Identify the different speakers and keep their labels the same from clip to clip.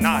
Speaker 1: 那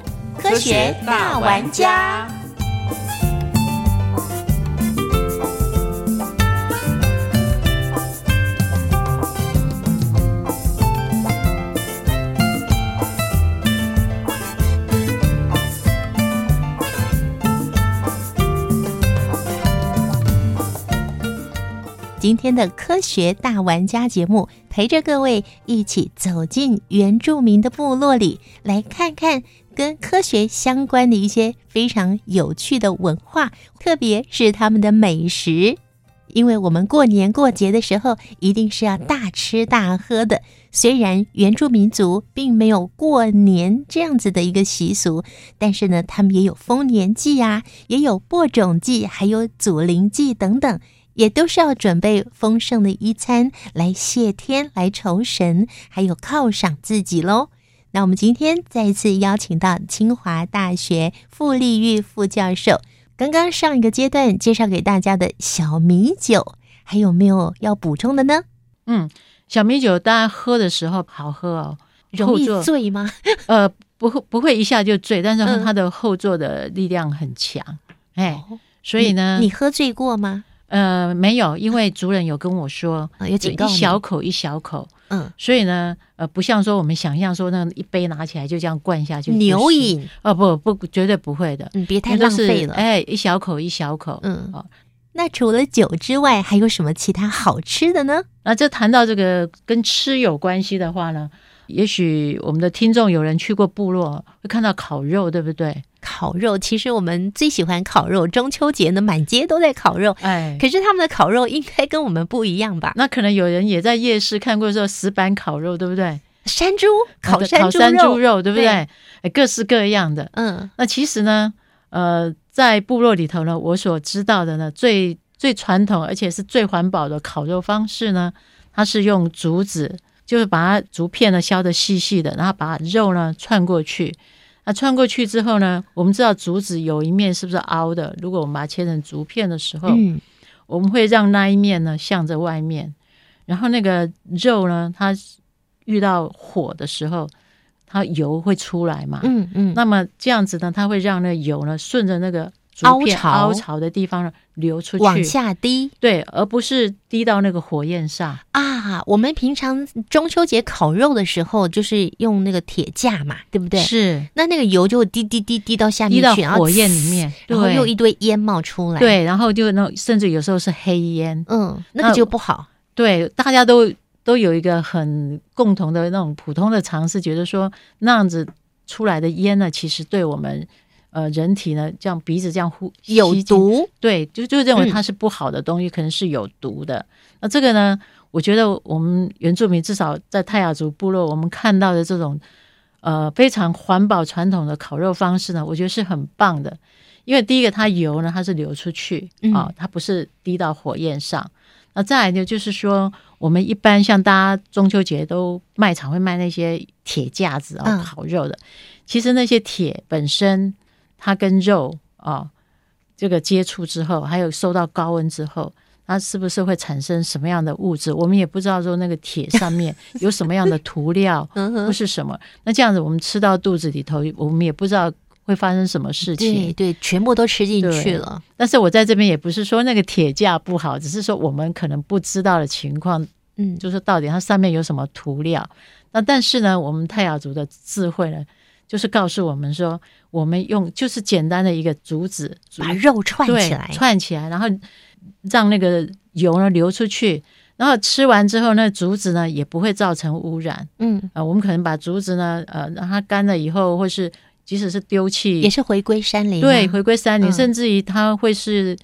Speaker 2: 科学大玩家。今天的科学大玩家节目，陪着各位一起走进原住民的部落里，来看看跟科学相关的一些非常有趣的文化，特别是他们的美食。因为我们过年过节的时候，一定是要大吃大喝的。虽然原住民族并没有过年这样子的一个习俗，但是呢，他们也有丰年祭啊，也有播种祭，还有祖灵祭等等。也都是要准备丰盛的一餐来谢天、来酬神，还有犒赏自己喽。那我们今天再次邀请到清华大学傅立玉副教授。刚刚上一个阶段介绍给大家的小米酒，还有没有要补充的呢？
Speaker 3: 嗯，小米酒当然喝的时候好喝哦，
Speaker 2: 容易醉嗯吗？
Speaker 3: 呃，不会不会一下就醉，但是它的后座的力量很强，哎、嗯，所以呢
Speaker 2: 哦你，你喝醉过吗？
Speaker 3: 呃，没有，因为族人有跟我说，
Speaker 2: 哦、有
Speaker 3: 一小口一小口，
Speaker 2: 嗯，
Speaker 3: 所以呢，呃，不像说我们想象说那一杯拿起来就这样灌下去，
Speaker 2: 牛饮
Speaker 3: 哦，不不，绝对不会的，
Speaker 2: 嗯，别太浪费了，
Speaker 3: 哎，一小口一小口，
Speaker 2: 嗯，哦，那除了酒之外，还有什么其他好吃的呢？
Speaker 3: 那这谈到这个跟吃有关系的话呢，也许我们的听众有人去过部落，会看到烤肉，对不对？
Speaker 2: 烤肉，其实我们最喜欢烤肉。中秋节呢，满街都在烤肉。
Speaker 3: 哎，
Speaker 2: 可是他们的烤肉应该跟我们不一样吧？
Speaker 3: 那可能有人也在夜市看过说石板烤肉，对不对？
Speaker 2: 山猪烤
Speaker 3: 哦山
Speaker 2: 猪肉，啊、
Speaker 3: 猪肉对不对？哎，各式各样的。
Speaker 2: 嗯，
Speaker 3: 那其实呢，呃，在部落里头呢，我所知道的呢，最最传统而且是最环保的烤肉方式呢，它是用竹子，就是把它竹片呢削的细细的，然后把肉呢串过去。那穿过去之后呢？我们知道竹子有一面是不是凹的？如果我们把它切成竹片的时候，
Speaker 2: 嗯，
Speaker 3: 我们会让那一面呢向着外面，然后那个肉呢，它遇到火的时候，它油会出来嘛，
Speaker 2: 嗯嗯。
Speaker 3: 那么这样子呢，它会让那油呢顺着那个竹片凹槽的地方呢流出去，
Speaker 2: 往下滴，
Speaker 3: 对，而不是滴到那个火焰上
Speaker 2: 啊。我们平常中秋节烤肉的时候，就是用那个铁架嘛，对不对？
Speaker 3: 是，
Speaker 2: 那那个油就滴滴滴滴到下面
Speaker 3: 去，滴到火焰里面，
Speaker 2: 然后又一堆烟冒出来，
Speaker 3: 对，然后就那甚至有时候是黑烟，
Speaker 2: 嗯，那个就不好。
Speaker 3: 对，大家都都有一个很共同的那种普通的常识，觉得说那样子出来的烟呢，其实对我们。呃，人体呢，这样鼻子这样呼
Speaker 2: 有毒，
Speaker 3: 对，就就认为它是不好的东西，嗯、可能是有毒的。那这个呢，我觉得我们原住民至少在泰雅族部落，我们看到的这种呃非常环保传统的烤肉方式呢，我觉得是很棒的。因为第一个，它油呢它是流出去啊、哦，它不是滴到火焰上。嗯、那再来呢，就是说我们一般像大家中秋节都卖场会卖那些铁架子啊、哦、烤肉的，嗯、其实那些铁本身。它跟肉啊、哦、这个接触之后，还有受到高温之后，它是不是会产生什么样的物质？我们也不知道说那个铁上面 有什么样的涂料，
Speaker 2: 嗯
Speaker 3: 或是什么。那这样子，我们吃到肚子里头，我们也不知道会发生什么事情。
Speaker 2: 对对，全部都吃进去了。
Speaker 3: 但是我在这边也不是说那个铁架不好，只是说我们可能不知道的情况，
Speaker 2: 嗯，
Speaker 3: 就是到底它上面有什么涂料。那但是呢，我们泰雅族的智慧呢？就是告诉我们说，我们用就是简单的一个竹子，
Speaker 2: 把肉串起来，
Speaker 3: 串起来，然后让那个油呢流出去，然后吃完之后，那竹子呢也不会造成污染。
Speaker 2: 嗯，
Speaker 3: 啊、呃，我们可能把竹子呢，呃，让它干了以后，或是即使是丢弃，
Speaker 2: 也是回归山林、啊，
Speaker 3: 对，回归山林，嗯、甚至于它会是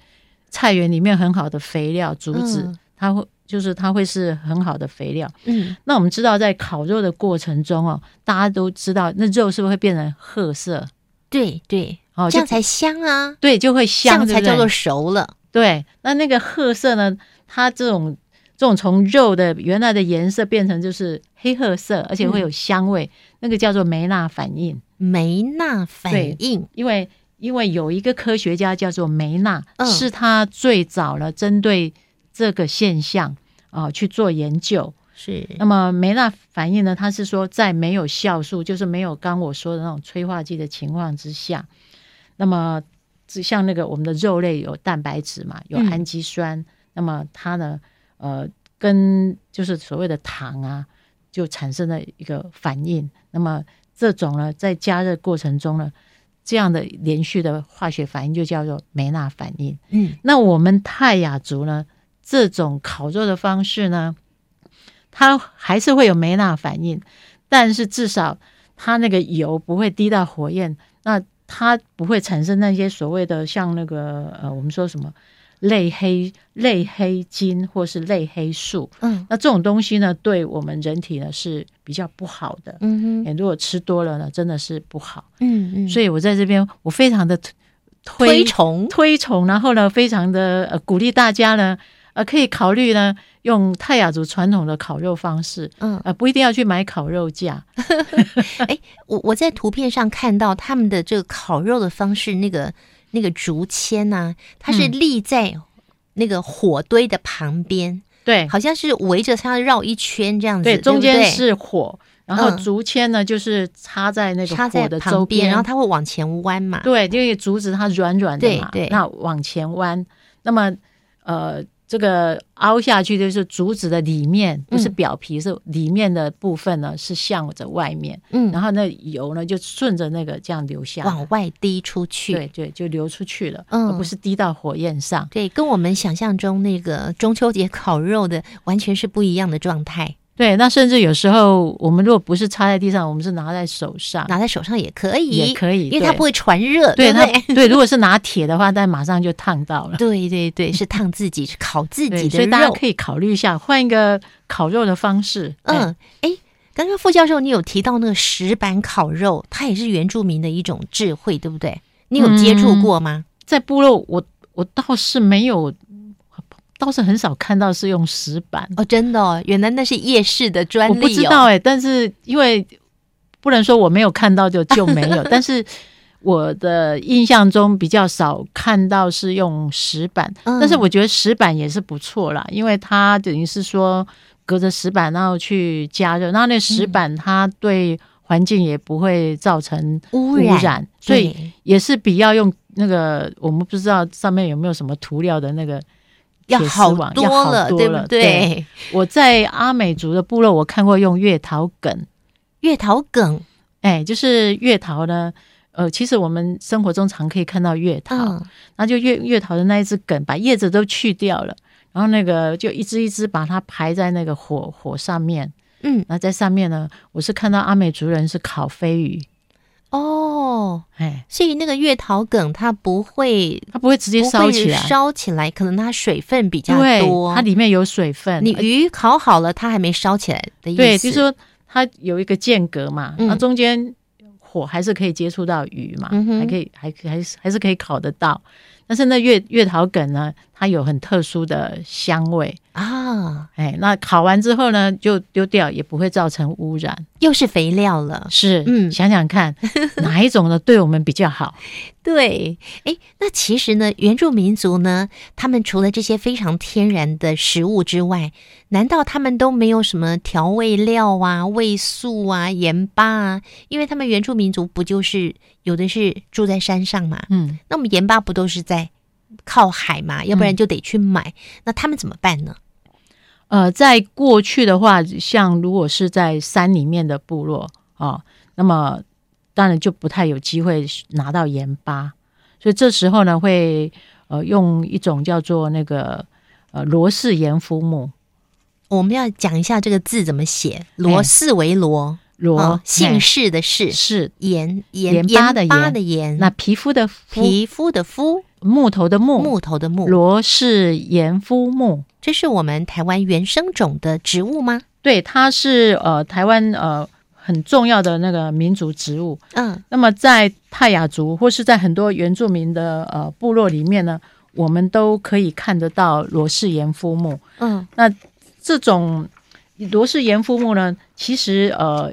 Speaker 3: 菜园里面很好的肥料，竹子、
Speaker 2: 嗯、
Speaker 3: 它会。就是它会是很好的肥料，
Speaker 2: 嗯，
Speaker 3: 那我们知道在烤肉的过程中哦，大家都知道那肉是不是会变成褐色？
Speaker 2: 对对，
Speaker 3: 哦，
Speaker 2: 这
Speaker 3: 就
Speaker 2: 样才香啊，
Speaker 3: 对，就会
Speaker 2: 这样
Speaker 3: 香，
Speaker 2: 才
Speaker 3: 对不
Speaker 2: 叫
Speaker 3: 对
Speaker 2: 做熟了。
Speaker 3: 对，那那个褐色呢，它这种这种从肉的原来的颜色变成就是黑褐色，而且会
Speaker 2: 嗯
Speaker 3: 有香味，那个叫做梅纳反应。
Speaker 2: 梅纳
Speaker 3: 对
Speaker 2: 反应，
Speaker 3: 因为因为有一个科学家叫做梅纳，
Speaker 2: 嗯
Speaker 3: 是他最早了针对这个现象啊、去做研究。
Speaker 2: 是
Speaker 3: 那么梅纳反应呢，它是说在没有酵素，就是没有刚我说的那种催化剂的情况之下，那么只像那个我们的肉类有蛋白质嘛，有
Speaker 2: 嗯
Speaker 3: 氨基酸，那么它呢，呃，跟就是所谓的糖啊，就产生了一个反应。那么这种呢，在加热过程中呢，这样的连续的化学反应就叫做梅纳反应。
Speaker 2: 嗯
Speaker 3: 那我们泰雅族呢，这种烤肉的方式呢，它还是会有梅纳反应，但是至少它那个油不会滴到火焰，那它不会产生那些所谓的像那个呃，我们说什么类黑类黑金或是类黑素，
Speaker 2: 嗯
Speaker 3: 那这种东西呢，对我们人体呢是比较不好的。
Speaker 2: 嗯哼
Speaker 3: 诶如果吃多了呢，真的是不好。
Speaker 2: 嗯嗯，
Speaker 3: 所
Speaker 2: 以
Speaker 3: 以我在这边，我非常的
Speaker 2: 推崇
Speaker 3: 推崇，然后呢，非常的呃鼓励大家呢，呃，可以考虑呢用泰雅族传统的烤肉方式，
Speaker 2: 嗯，
Speaker 3: 呃，不一定要去买烤肉架，
Speaker 2: 我我在图片上看到他们的这个烤肉的方式，那个那个竹签呐、它是
Speaker 3: 嗯
Speaker 2: 立在那个火堆的旁边，
Speaker 3: 对
Speaker 2: 好像是围着它绕一圈这样子，嗯对
Speaker 3: 对，
Speaker 2: 不对，
Speaker 3: 中间是火，然后
Speaker 2: 嗯
Speaker 3: 竹签呢就是插在那个
Speaker 2: 插在
Speaker 3: 火的
Speaker 2: 旁
Speaker 3: 周
Speaker 2: 边，然后它会往前弯嘛，
Speaker 3: 对，因为竹子它软软的嘛，
Speaker 2: 对对
Speaker 3: 那往前弯，那么呃，这个凹下去就是竹子的里面，不是
Speaker 2: 嗯
Speaker 3: 表皮，是里面的部分呢是向着外面，
Speaker 2: 嗯，
Speaker 3: 然后那油呢就顺着那个这样流下来，
Speaker 2: 往外滴出去，
Speaker 3: 对对，就流出去了，
Speaker 2: 嗯
Speaker 3: 而不是滴到火焰上。
Speaker 2: 对，跟我们想象中那个中秋节烤肉的完全是不一样的状态，
Speaker 3: 对，那甚至有时候我们如果不是插在地上，我们是拿在手上，
Speaker 2: 拿在手上也可以，
Speaker 3: 也可以，
Speaker 2: 因为它
Speaker 3: 对
Speaker 2: 不会传热，
Speaker 3: 对
Speaker 2: 不
Speaker 3: 它
Speaker 2: 对？
Speaker 3: 对，如果是拿铁的话，但马上就烫到了。
Speaker 2: 对对对，是烫自己，是烤自己
Speaker 3: 对，
Speaker 2: 的
Speaker 3: 所以大家
Speaker 2: 肉。
Speaker 3: 可以考虑一下，换一个烤肉的方式。哎，
Speaker 2: 嗯，哎，刚刚傅教授你有提到那个石板烤肉，它也是原住民的一种智慧，对不对？你有接
Speaker 3: 嗯
Speaker 2: 触过吗？
Speaker 3: 在部落我我倒是没有，倒是很少看到是用石板，
Speaker 2: 哦，真的哦，原来那是夜市的专
Speaker 3: 我
Speaker 2: 利、哦。
Speaker 3: 不知道哎、但是因为不能说我没有看到就就没 有，但是我的印象中比较少看到是用石板，
Speaker 2: 嗯
Speaker 3: 但是我觉得石板也是不错啦，因为它等于是说隔着石板然后去加热，然后那
Speaker 2: 嗯
Speaker 3: 石板它对环境也不会造成
Speaker 2: 污
Speaker 3: 污
Speaker 2: 染，
Speaker 3: 染所以
Speaker 2: 对
Speaker 3: 也是比要用那个我们不知道上面有没有什么涂料的那个。
Speaker 2: 要
Speaker 3: 铁丝
Speaker 2: 好
Speaker 3: 网
Speaker 2: 多
Speaker 3: 要好
Speaker 2: 了，
Speaker 3: 多
Speaker 2: 对
Speaker 3: 了
Speaker 2: 不
Speaker 3: 对？我在阿美族的部落，我看过用月桃梗，
Speaker 2: 月桃梗，
Speaker 3: 哎，就是月桃呢，呃，其实我们生活中常可以看到月桃，
Speaker 2: 嗯，
Speaker 3: 然后就月月桃的那一只梗，把叶子都去掉了，然后那个就一只一只把它排在那个火火上面，
Speaker 2: 嗯，
Speaker 3: 然后在上面呢，我是看到阿美族人是烤飞鱼，
Speaker 2: 哦，
Speaker 3: 哎，
Speaker 2: 所以那个月桃梗它不会
Speaker 3: 它不会直接
Speaker 2: 不
Speaker 3: 烧
Speaker 2: 会
Speaker 3: 起来，
Speaker 2: 烧起来，可能它水分比较
Speaker 3: 对，
Speaker 2: 多。
Speaker 3: 它里面有水分，
Speaker 2: 你
Speaker 3: 而
Speaker 2: 鱼烤好了，它还没烧起来的意思。
Speaker 3: 对，就是说它有一个间隔嘛，
Speaker 2: 嗯
Speaker 3: 那、中间火还是可以接触到鱼嘛，
Speaker 2: 嗯哼
Speaker 3: 还可以还可还是还是可以烤得到。但是那月月桃梗呢，它有很特殊的香味，
Speaker 2: 啊，
Speaker 3: 哎，那烤完之后呢，就丢掉，也不会造成污染。
Speaker 2: 又是肥料了。
Speaker 3: 是，
Speaker 2: 嗯
Speaker 3: 想想看哪一种呢对我们比较好？
Speaker 2: 对，哎，那其实呢，原住民族呢，他们除了这些非常天然的食物之外，难道他们都没有什么调味料啊、味素啊、盐巴啊？因为他们原住民族不就是有的是住在山上嘛，
Speaker 3: 嗯，
Speaker 2: 那我们盐巴不都是在靠海嘛？要不然就得去买。那他们怎么办呢？
Speaker 3: 呃，在过去的话，像如果是在山里面的部落哦，那么当然就不太有机会拿到盐巴，所以这时候呢，会呃用一种叫做那个呃罗氏盐浮木
Speaker 2: 我们要讲一下这个字怎么写，罗
Speaker 3: 哎
Speaker 2: 氏为罗，
Speaker 3: 罗、
Speaker 2: 哦姓
Speaker 3: 嘿
Speaker 2: 氏的氏，
Speaker 3: 是
Speaker 2: 盐盐
Speaker 3: 盐巴的
Speaker 2: 盐巴
Speaker 3: 盐
Speaker 2: 的盐，
Speaker 3: 那皮肤的肤
Speaker 2: 皮肤的肤，
Speaker 3: 木头的木
Speaker 2: 木头的木，
Speaker 3: 罗氏盐肤木，
Speaker 2: 这是我们台湾原生种的植物吗？
Speaker 3: 对，它是呃台湾呃很重要的那个民族植物。
Speaker 2: 嗯
Speaker 3: 那么在泰雅族或是在很多原住民的呃部落里面呢，我们都可以看得到罗氏岩肤木。
Speaker 2: 嗯，
Speaker 3: 那这种罗氏岩肤木呢，其实呃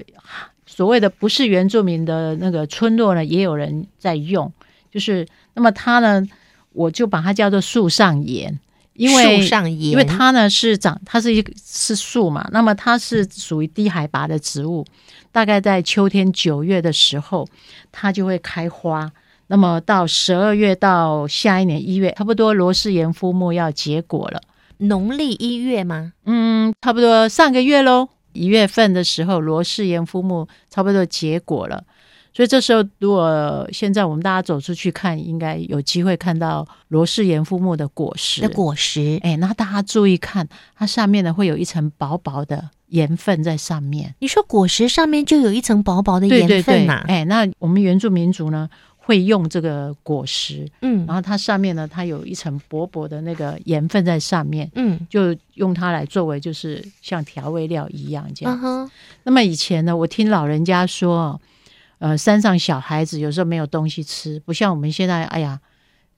Speaker 3: 所谓的不是原住民的那个村落呢，也有人在用，就是那么它呢，我就把它叫做树上岩，因为
Speaker 2: 树上岩，
Speaker 3: 因为它呢是长，它是一个是树嘛，那么它是属于低海拔的植物，大概在秋天九月的时候，它就会开花。那么到十二月到下一年一月，差不多罗氏岩肤木要结果了，
Speaker 2: 农历一月吗？
Speaker 3: 嗯，差不多上个月喽，一月份的时候罗氏岩肤木差不多结果了。所以这时候，如果现在我们大家走出去看，应该有机会看到罗氏岩肤木的果实。
Speaker 2: 的果实，
Speaker 3: 哎，那大家注意看，它上面呢会有一层薄薄的盐分在上面。
Speaker 2: 你说果实上面就有一层薄薄的
Speaker 3: 对对
Speaker 2: 盐
Speaker 3: 对
Speaker 2: 分，啊呐？
Speaker 3: 哎，那我们原住民族呢会用这个果实，
Speaker 2: 嗯
Speaker 3: 然后它上面呢它有一层薄薄的那个盐分在上面，
Speaker 2: 嗯
Speaker 3: 就用它来作为就是像调味料一样这样。
Speaker 2: 嗯哼，
Speaker 3: 那么以前呢，我听老人家说哦，呃，山上小孩子有时候没有东西吃，不像我们现在，哎呀，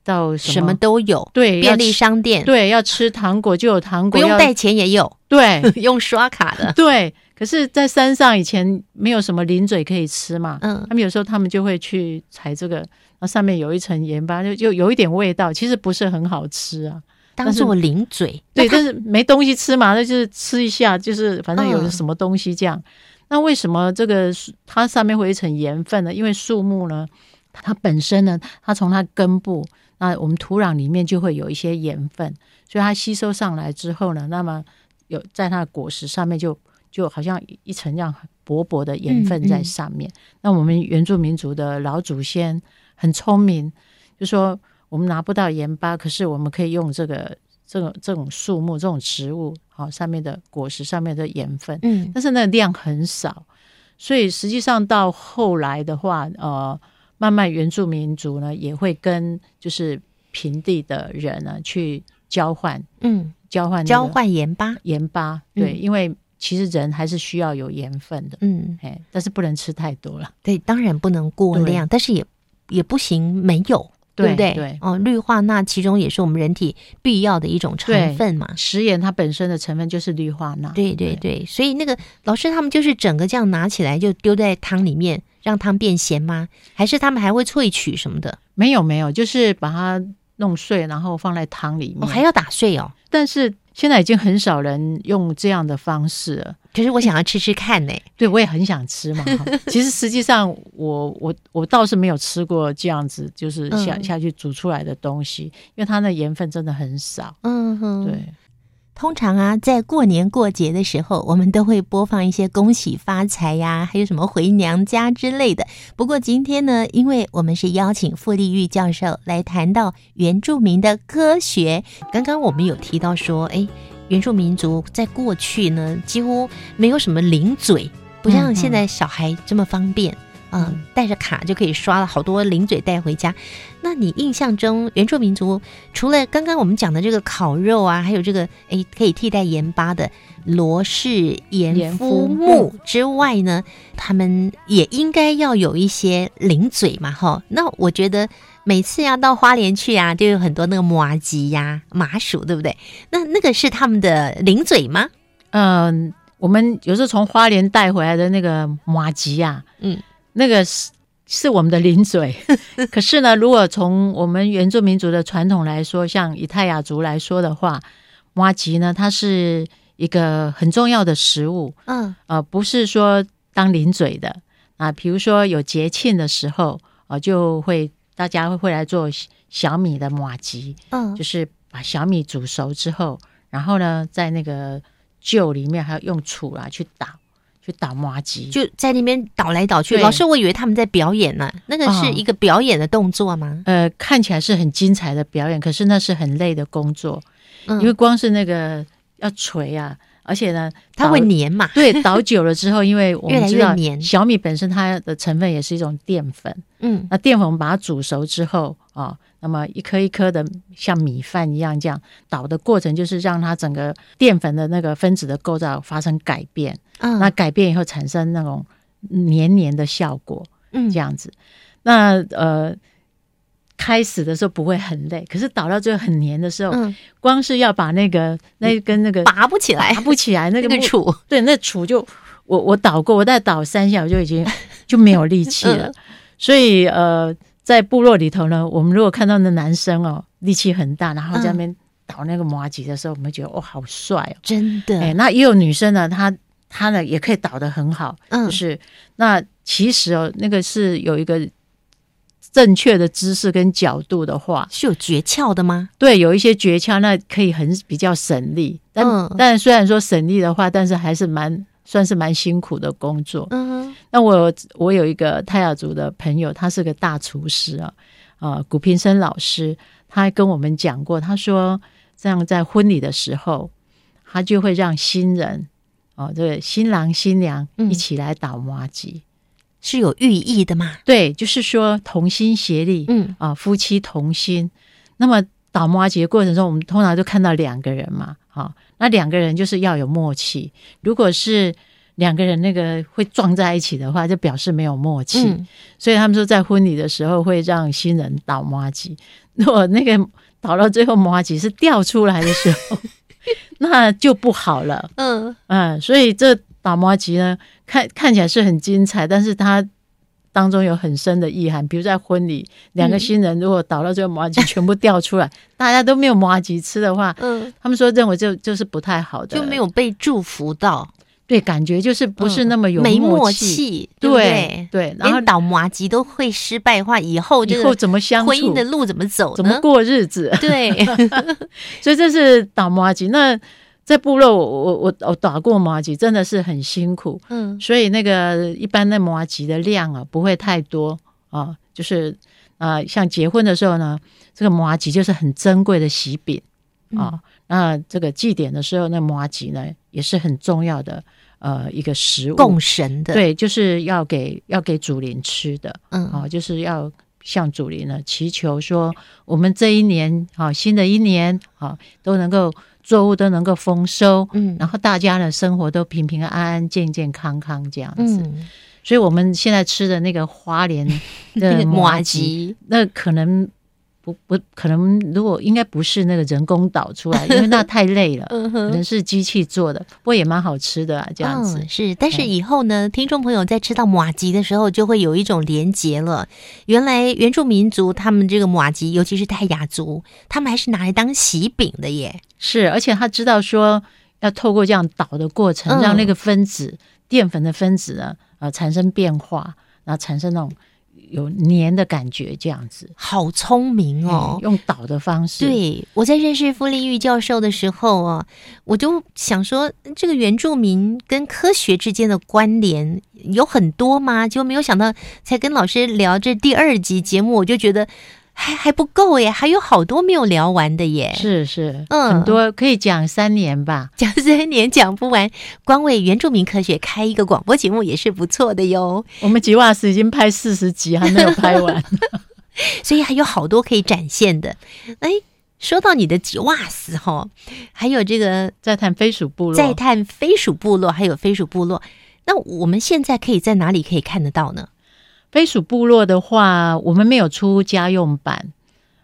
Speaker 3: 到什么
Speaker 2: 什么都有，
Speaker 3: 对要
Speaker 2: 便利
Speaker 3: 吃
Speaker 2: 商店，
Speaker 3: 对要吃糖果就有糖
Speaker 2: 不
Speaker 3: 果，
Speaker 2: 用
Speaker 3: 要
Speaker 2: 带钱也有，
Speaker 3: 对。
Speaker 2: 用刷卡 的，
Speaker 3: 对，可是，在山上以前没有什么零嘴可以吃嘛，
Speaker 2: 嗯
Speaker 3: 他们有时候他们就会去采这个，然后上面有一层盐巴，就就有一点味道，其实不是很好吃啊。
Speaker 2: 当
Speaker 3: 是
Speaker 2: 做零嘴，
Speaker 3: 对，
Speaker 2: 那它
Speaker 3: 但是没东西吃嘛，那就是吃一下，就是反正有
Speaker 2: 嗯
Speaker 3: 什么东西这样。那为什么这个树它上面会有一层盐分呢？因为树木呢，它本身呢，它从它根部，那我们土壤里面就会有一些盐分，所以它吸收上来之后呢，那么有在它的果实上面就就好像一层这样薄薄的盐
Speaker 2: 嗯
Speaker 3: 分在上面。那我们原住民族的老祖先很聪明，就说我们拿不到盐巴，可是我们可以用这个这种这种树木、这种植物，好、上面的果实上面的盐分，
Speaker 2: 嗯
Speaker 3: 但是那个量很少，所以实际上到后来的话，呃，慢慢原住民族呢也会跟就是平地的人呢去交换
Speaker 2: 嗯，
Speaker 3: 交换那个
Speaker 2: 交换盐巴，
Speaker 3: 盐巴，对，
Speaker 2: 嗯
Speaker 3: 因为其实人还是需要有盐分的，
Speaker 2: 嗯，
Speaker 3: 哎，但是不能吃太多了。
Speaker 2: 对，当然不能过
Speaker 3: 对
Speaker 2: 量，但是也也不行没有。
Speaker 3: 对
Speaker 2: 不对？
Speaker 3: 对
Speaker 2: 哦，氯化钠其中也是我们人体必要的一种成
Speaker 3: 对
Speaker 2: 分嘛。
Speaker 3: 食盐它本身的成分就是氯化钠，
Speaker 2: 对对对，所以那个老师他们就是整个这样拿起来就丢在汤里面，让汤变咸吗？还是他们还会萃取什么的？
Speaker 3: 没有没有，就是把它弄碎，然后放在汤里面。
Speaker 2: 哦，还要打碎哦。
Speaker 3: 但是现在已经很少人用这样的方式了。
Speaker 2: 可是我想要吃吃看呢、
Speaker 3: 对，我也很想吃 嘛。哈其实实际上我，我我倒是没有吃过这样子，就是下、
Speaker 2: 嗯
Speaker 3: 下去煮出来的东西，因为它那盐分真的很少。
Speaker 2: 嗯哼，
Speaker 3: 对，。
Speaker 2: 通常啊，在过年过节的时候，我们都会播放一些恭喜发财呀、还有什么回娘家之类的。不过今天呢，因为我们是邀请傅立玉教授来谈到原住民的科学。刚刚我们有提到说，哎，原住民族在过去呢，几乎没有什么零嘴，不像
Speaker 3: 嗯嗯
Speaker 2: 现在小孩这么方便。嗯
Speaker 3: 嗯，
Speaker 2: 带着卡就可以刷了好多零嘴带回家。那你印象中原住民族除了刚刚我们讲的这个烤肉啊，还有这个诶可以替代盐巴的罗氏盐肤木之外呢，他们也应该要有一些零嘴嘛，哈。那我觉得每次呀、到花莲去啊，就有很多那个麻吉呀、麻薯，对不对？那那个是他们的零嘴吗？
Speaker 3: 嗯，我们有时候从花莲带回来的那个马吉啊，
Speaker 2: 嗯，
Speaker 3: 那个是是我们的零嘴。 可是呢，如果从我们原住民族的传统来说，像以泰雅族来说的话，马吉呢，它是一个很重要的食物。
Speaker 2: 嗯
Speaker 3: 呃，不是说当零嘴的啊，比如说有节庆的时候，呃，就会大家会会来做小小米的马吉，
Speaker 2: 嗯
Speaker 3: 就是把小米煮熟之后，然后呢，在那个臼里面还要用杵啊去打，去打麻吉。
Speaker 2: 就在那边倒来倒去。
Speaker 3: 对
Speaker 2: 老师，我以为他们在表演呢、那个是一个表演的动作吗？
Speaker 3: 呃，看起来是很精彩的表演，可是那是很累的工作，
Speaker 2: 嗯，
Speaker 3: 因为光是那个要捶啊，而且呢，
Speaker 2: 它会
Speaker 3: 倒
Speaker 2: 粘嘛。
Speaker 3: 对，倒久了之后，因为我
Speaker 2: 越
Speaker 3: 们
Speaker 2: 来
Speaker 3: 知
Speaker 2: 越
Speaker 3: 道
Speaker 2: 黏
Speaker 3: 小米本身它的成分也是一种淀粉，
Speaker 2: 嗯
Speaker 3: 那淀粉我们把它煮熟之后啊、那么一颗一颗的像米饭一样这样倒的过程，就是让它整个淀粉的那个分子的构造发生改变。
Speaker 2: 嗯，
Speaker 3: 那改变以后产生那种黏黏的效果，
Speaker 2: 嗯
Speaker 3: 这样子。那呃，开始的时候不会很累，可是倒到最后很黏的时候，
Speaker 2: 嗯，
Speaker 3: 光是要把那个那根那个
Speaker 2: 拔不起来
Speaker 3: 拔，不起来，那
Speaker 2: 那
Speaker 3: 个
Speaker 2: 个
Speaker 3: 木
Speaker 2: 杵，
Speaker 3: 对，那杵就我我倒过，我再倒三下，我就 已经就没有力气了。
Speaker 2: 嗯
Speaker 3: 所以呃，在部落里头呢，我们如果看到那男生哦，力气很大，然后在
Speaker 2: 嗯
Speaker 3: 那边倒那个麻吉的时候，我们觉得哦，好帅哦。
Speaker 2: 真的，
Speaker 3: 哎，那也有女生呢，她她呢也可以倒得很好，
Speaker 2: 嗯
Speaker 3: 就是那其实哦，那个是有一个正确的姿势跟角度的话，
Speaker 2: 是有诀窍的吗？
Speaker 3: 对，有一些诀窍，那可以很比较省力。但、
Speaker 2: 嗯
Speaker 3: 但虽然说省力的话，但是还是蛮算是蛮辛苦的工作。
Speaker 2: 嗯
Speaker 3: 那我我有一个泰雅族的朋友，他是个大厨师啊，呃，古平生老师，他跟我们讲过，他说这样在婚礼的时候，他就会让新人哦，这个新郎新娘
Speaker 2: 嗯
Speaker 3: 一起来倒麻吉。
Speaker 2: 是有寓意的嘛？
Speaker 3: 对，就是说同心协力，
Speaker 2: 嗯
Speaker 3: 啊，夫妻同心。那么倒摩节过程中，我们通常就看到两个人嘛，好、那两个人就是要有默契。如果是两个人那个会撞在一起的话，就表示没有默契。
Speaker 2: 嗯
Speaker 3: 所以他们说，在婚礼的时候会让新人倒摩吉。如果那个倒到最后摩吉是掉出来的时候， 那就不好了。
Speaker 2: 嗯，
Speaker 3: 嗯，所以这打麻吉呢，看看起来是很精彩，但是它当中有很深的意涵。比如在婚礼，两个新人如果倒到这个麻吉 全部掉出来，大家都没有麻吉吃的话，
Speaker 2: 嗯，
Speaker 3: 他们说认为这就是不太好的，
Speaker 2: 就没有被祝福到，
Speaker 3: 对感觉就是不是那么有
Speaker 2: 没默
Speaker 3: 契。
Speaker 2: 契，对不
Speaker 3: 对
Speaker 2: 对？
Speaker 3: 对，然后
Speaker 2: 连倒麻吉都会失败的话，以后
Speaker 3: 以
Speaker 2: 这
Speaker 3: 后
Speaker 2: 个
Speaker 3: 怎么相
Speaker 2: 婚姻
Speaker 3: 处
Speaker 2: 的，路嗯怎么走
Speaker 3: 怎么
Speaker 2: 呢？
Speaker 3: 过日子？
Speaker 2: 对，
Speaker 3: 所以这是打麻吉。那在部落我，我我我打过麻吉，真的是很辛苦。
Speaker 2: 嗯
Speaker 3: 所以那个一般那麻吉的量啊不会太多啊，就是啊，像结婚的时候呢，这个麻吉就是很珍贵的喜饼
Speaker 2: 嗯
Speaker 3: 啊。那这个祭典的时候，那麻吉呢也是很重要的呃一个食物，
Speaker 2: 共神的，，
Speaker 3: 对，就是要给要给祖灵吃的
Speaker 2: 嗯
Speaker 3: 啊，就是要向祖灵呢祈求说，我们这一年啊，新的一年啊，都能够作物都能够丰收，
Speaker 2: 嗯
Speaker 3: 然后大家的生活都平平安安、健健康康这样子。
Speaker 2: 嗯，
Speaker 3: 所以我们现在吃的那个花莲 的麻
Speaker 2: 麻
Speaker 3: 吉，
Speaker 2: 吉，
Speaker 3: 那可能不不可能，如果应该不是那个人工导出来，因为那太累了，
Speaker 2: 嗯
Speaker 3: 可能
Speaker 2: 哼。
Speaker 3: 是机器做的，不过也蛮好吃的啊，这样子。
Speaker 2: 嗯、是，但是
Speaker 3: 嗯
Speaker 2: 以后呢，听众朋友在吃到马吉的时候，就会有一种连结了。原来原住民族他们这个马吉，尤其是泰雅族，他们还是拿来当喜饼的耶。
Speaker 3: 是，而且他知道说要透过这样倒的过程，
Speaker 2: 嗯
Speaker 3: 让那个分子淀粉的分子呢，呃，产生变化，然后产生那种有黏的感觉，这样子。
Speaker 2: 好聪明哦！
Speaker 3: 嗯用倒的方式，，
Speaker 2: 对，我在认识傅立玉教授的时候啊，我就想说，这个原住民跟科学之间的关联有很多吗？就没有想到，才跟老师聊这第二集节目，我就觉得还还不够耶，还有好多没有聊完的耶。
Speaker 3: 是是，
Speaker 2: 嗯
Speaker 3: 很多可以讲三年吧。
Speaker 2: 讲三年讲不完，光为原住民科学开一个广播节目也是不错的哟。
Speaker 3: 我们吉瓦斯已经拍四十集，还没有拍 完。
Speaker 2: 所以还有好多可以展现的。哎，说到你的吉瓦斯哈，还有这个
Speaker 3: 在谈飞鼠部落，
Speaker 2: 再探飞鼠部落，还有飞鼠部落。那我们现在可以在哪里可以看得到呢？
Speaker 3: 飞鼠部落的话，我们没有出家用版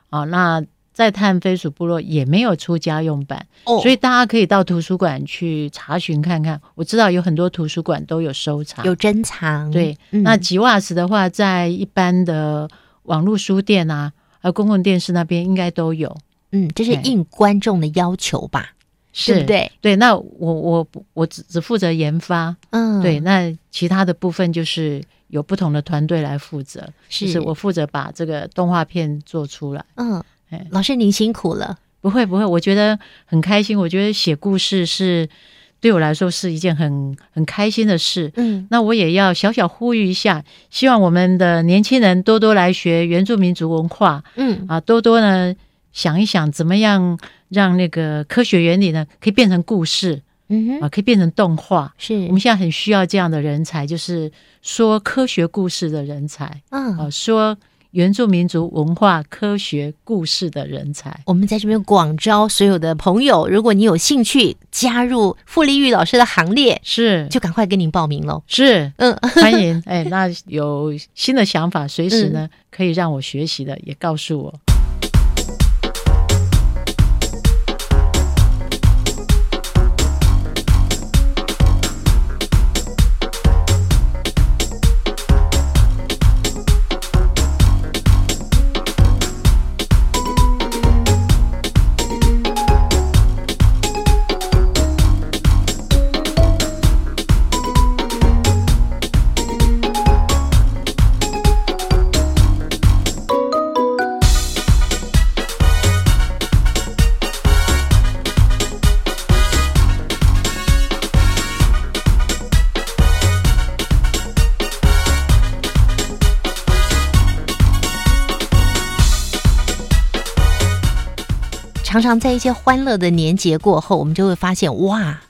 Speaker 3: 啊，那再探飞鼠部落也没有出家用版，
Speaker 2: 哦
Speaker 3: 所以大家可以到图书馆去查询看看。我知道有很多图书馆都有收藏，
Speaker 2: 有嗯珍藏，
Speaker 3: 对。那吉瓦斯的话，在一般的网络书店啊，还有公共电视那边应该都有，
Speaker 2: 嗯，这是
Speaker 3: 哎
Speaker 2: 应观众的要求吧，
Speaker 3: 是
Speaker 2: 对不？对？
Speaker 3: 对，那我我我只只负责研发，
Speaker 2: 嗯，
Speaker 3: 对，，那其他的部分就是由不同的团队来负责，
Speaker 2: 是
Speaker 3: 就是我负责把这个动画片做出来。
Speaker 2: 嗯
Speaker 3: 哎，
Speaker 2: 老师您辛苦了，
Speaker 3: 不会不会，我觉得很开心。我觉得写故事是对我来说是一件很很开心的事。
Speaker 2: 嗯，
Speaker 3: 那我也要小小呼吁一下，希望我们的年轻人多多来学原住民族文化
Speaker 2: 嗯，
Speaker 3: 啊，多多呢想一想怎么样让那个科学原理呢可以变成故事
Speaker 2: 嗯哼，
Speaker 3: 啊，可以变成动画。
Speaker 2: 是
Speaker 3: 我们，现在很需要这样的人才，就是说科学故事的人才。
Speaker 2: 嗯
Speaker 3: 啊，说原住民族文化、科学、故事的人才。
Speaker 2: 我们在这边广招所有的朋友，如果你有兴趣加入傅立玉老师的行列，
Speaker 3: 是，
Speaker 2: 就赶快跟您报名喽。
Speaker 3: 是，
Speaker 2: 嗯，
Speaker 3: 欢迎。哎，那有新的想法，随时呢、可以让我学习的，也告诉我。
Speaker 2: 常常在一些欢乐的年节过后，我们就会发现，哇，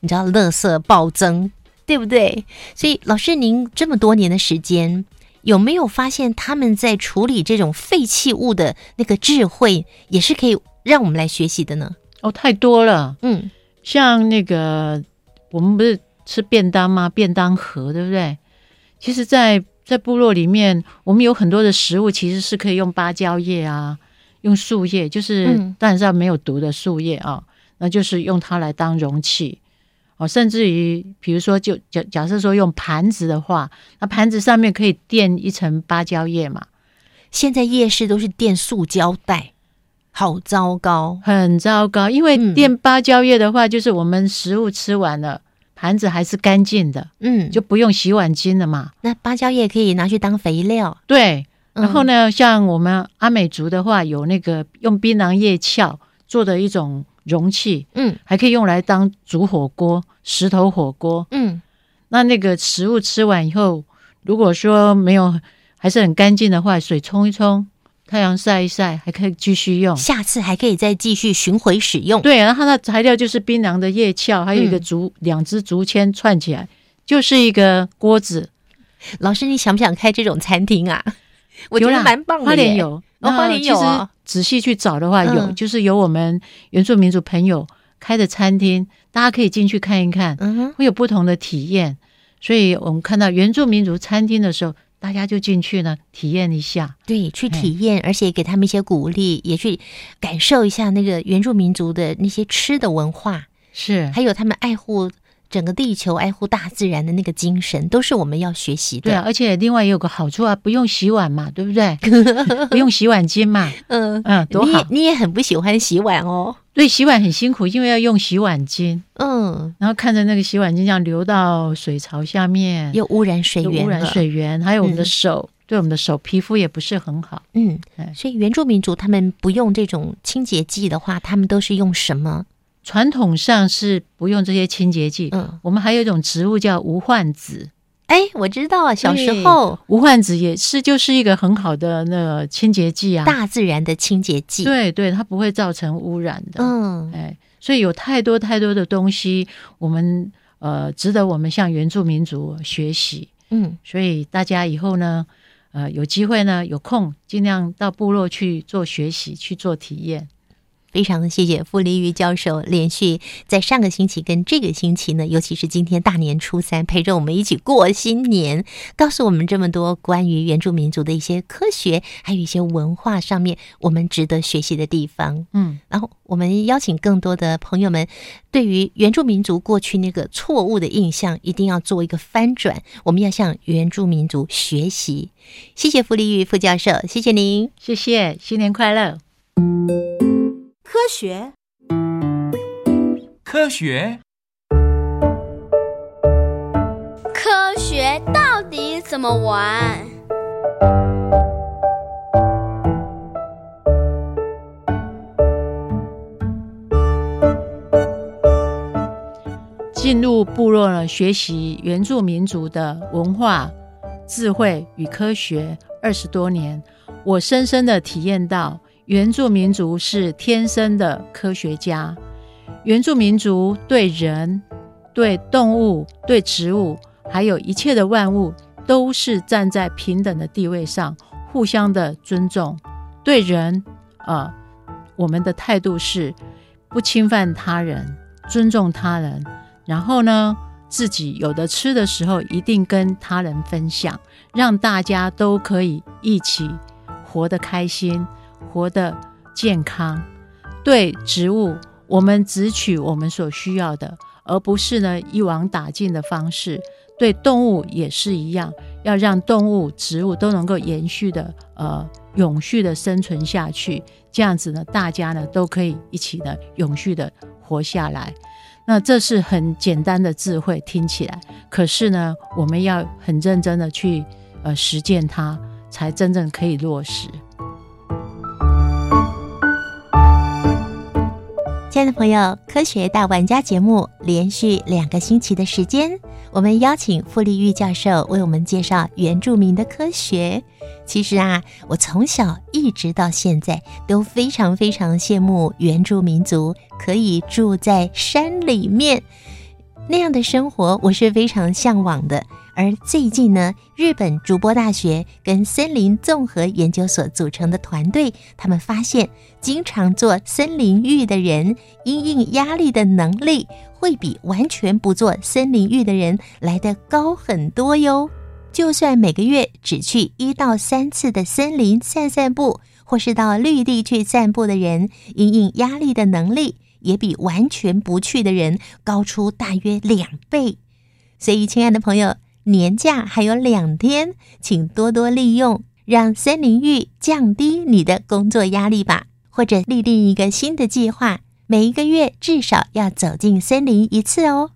Speaker 2: 你知道，垃圾暴增，对不对？所以，老师，您这么多年的时间，有没有发现他们在处理这种废弃物的那个智慧，也是可以让我们来学习的呢？
Speaker 3: 哦，太多了，
Speaker 2: 嗯，
Speaker 3: 像那个我们不是吃便当吗？便当盒，对不对？其实在，在部落里面，我们有很多的食物其实是可以用芭蕉叶啊，用树叶，就是
Speaker 2: 嗯
Speaker 3: 当然是没有毒的树叶啊，那就是用它来当容器。哦，甚至于，比如说就，假假设说用盘子的话，那盘子上面可以垫一层芭蕉叶嘛，
Speaker 2: 现在夜市都是垫塑胶袋，好糟糕。
Speaker 3: 很糟糕，因为
Speaker 2: 嗯
Speaker 3: 垫芭蕉叶的话，就是我们食物吃完了，盘子还是干净的，
Speaker 2: 嗯，
Speaker 3: 就不用洗碗巾了嘛。
Speaker 2: 那芭蕉叶可以拿去当肥料，
Speaker 3: 对，
Speaker 2: 嗯
Speaker 3: 然后？呢，像我们阿美族的话，有那个用槟榔叶鞘做的一种容器，
Speaker 2: 嗯
Speaker 3: 还可以用来当煮火锅、石头火锅。
Speaker 2: 嗯，
Speaker 3: 那那个食物吃完以后，如果说没有还是很干净的话，水冲一冲，太阳晒一晒，还可以继续用。
Speaker 2: 下次还可以再继续巡回使用。
Speaker 3: 对，然后它的材料就是槟榔的叶鞘，还有一个
Speaker 2: 嗯
Speaker 3: 竹、两只竹签串起来，就是一个锅子。
Speaker 2: 老师，你想不想开这种餐厅啊？ 我觉
Speaker 3: 有
Speaker 2: 得
Speaker 3: 啦
Speaker 2: 蛮棒的
Speaker 3: 花莲
Speaker 2: 耶，
Speaker 3: 有，
Speaker 2: 哦花
Speaker 3: 那
Speaker 2: 莲
Speaker 3: 其
Speaker 2: 有
Speaker 3: 实
Speaker 2: 啊
Speaker 3: 仔细去找的话，有
Speaker 2: 嗯
Speaker 3: 就是有我们原住民族朋友开的餐厅，大家可以进去看一看，
Speaker 2: 嗯哼，
Speaker 3: 会有不同的体验。所以我们看到原住民族餐厅的时候，大家就进去呢体验一下。
Speaker 2: 对，去体验，
Speaker 3: 哎
Speaker 2: 而且给他们一些鼓励，也去感受一下那个原住民族的那些吃的文化，
Speaker 3: 是，
Speaker 2: 还有他们爱护整个地球、爱护大自然的那个精神，都是我们要学习
Speaker 3: 对
Speaker 2: 的。
Speaker 3: 啊，而且另外也有个好处啊，不用洗碗嘛，对 不对？不用洗碗巾嘛，
Speaker 2: 嗯、
Speaker 3: 嗯，多
Speaker 2: 你
Speaker 3: 好
Speaker 2: 也。你也很不喜欢洗碗哦，
Speaker 3: 对，洗碗很辛苦，因为要用洗碗巾，
Speaker 2: 嗯，
Speaker 3: 然后看着那个洗碗巾这样流到水槽下面，
Speaker 2: 又污染水
Speaker 3: 有
Speaker 2: 源啊
Speaker 3: 污染
Speaker 2: 了，
Speaker 3: 水源，还有我们的
Speaker 2: 嗯
Speaker 3: 手，对我们的手皮肤也不是很好。
Speaker 2: 嗯
Speaker 3: 哎，
Speaker 2: 所以原住民族他们不用这种清洁剂的话，他们都是用什么？
Speaker 3: 传统上是不用这些清洁剂，
Speaker 2: 嗯，
Speaker 3: 我们还有一种植物叫无患子，
Speaker 2: 哎，我知道啊，小时
Speaker 3: 对
Speaker 2: 候
Speaker 3: 无患子也是就是一个很好的那个清洁剂啊，
Speaker 2: 大自然的清洁剂，
Speaker 3: 对对，它不会造成污染的。
Speaker 2: 嗯，
Speaker 3: 哎，所以有太多太多的东西，我们呃值得我们向原住民族学习。
Speaker 2: 嗯，
Speaker 3: 所以大家以后呢，呃，有机会呢，有空尽量到部落去做学习，去做体验。
Speaker 2: 非常谢谢傅立玉教授连续在上个星期跟这个星期呢，尤其是今天大年初三，陪着我们一起过新年，告诉我们这么多关于原住民族的一些科学，还有一些文化上面我们值得学习的地方。
Speaker 3: 嗯，
Speaker 2: 然后我们邀请更多的朋友们，对于原住民族过去那个错误的印象，一定要做一个翻转。我们要向原住民族学习。谢谢傅立玉副教授，谢谢您。
Speaker 3: 谢谢，新年快乐。
Speaker 1: 科学
Speaker 4: 科学
Speaker 5: 科学到底怎么玩？
Speaker 3: 进入部落呢，学习原住民族的文化、智慧与科学二十多年，我深深的体验到，原住民族是天生的科学家。原住民族对人、对动物、对植物，还有一切的万物，都是站在平等的地位上，互相的尊重，对人啊、呃，我们的态度是不侵犯他人，尊重他人，然后呢，自己有的吃的时候一定跟他人分享，让大家都可以一起活得开心，活得健康。对植物，我们只取我们所需要的，而不是呢一网打尽的方式。对动物也是一样，要让动物、植物都能够延续的、呃，永续的生存下去。这样子呢，大家呢都可以一起呢，永续的活下来。那这是很简单的智慧，听起来，可是呢，我们要很认真的去呃实践它，才真正可以落实。
Speaker 2: 亲爱的朋友，《科学大玩家》节目连续两个星期的时间，我们邀请傅立玉教授为我们介绍原住民的科学。其实啊，我从小一直到现在都非常非常羡慕原住民族可以住在山里面那样的生活，我是非常向往的。而最近呢，日本筑波大学跟森林综合研究所组成的团队，他们发现，经常做森林浴的人，因应压力的能力会比完全不做森林浴的人来得高很多哟。就算每个月只去一到三次的森林散散步，或是到绿地去散步的人，因应压力的能力也比完全不去的人高出大约两倍。所以，亲爱的朋友。年假还有两天，请多多利用，让森林浴降低你的工作压力吧。或者立定一个新的计划，每一个月至少要走进森林一次哦。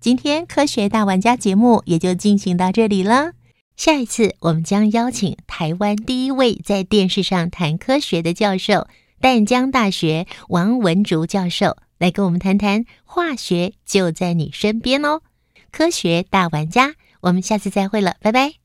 Speaker 2: 今天《科学大玩家》节目也就进行到这里了。下一次我们将邀请台湾第一位在电视上谈科学的教授——淡江大学王文竹教授，来跟我们谈谈化学就在你身边哦。科学大玩家。我们下次再会了，拜拜。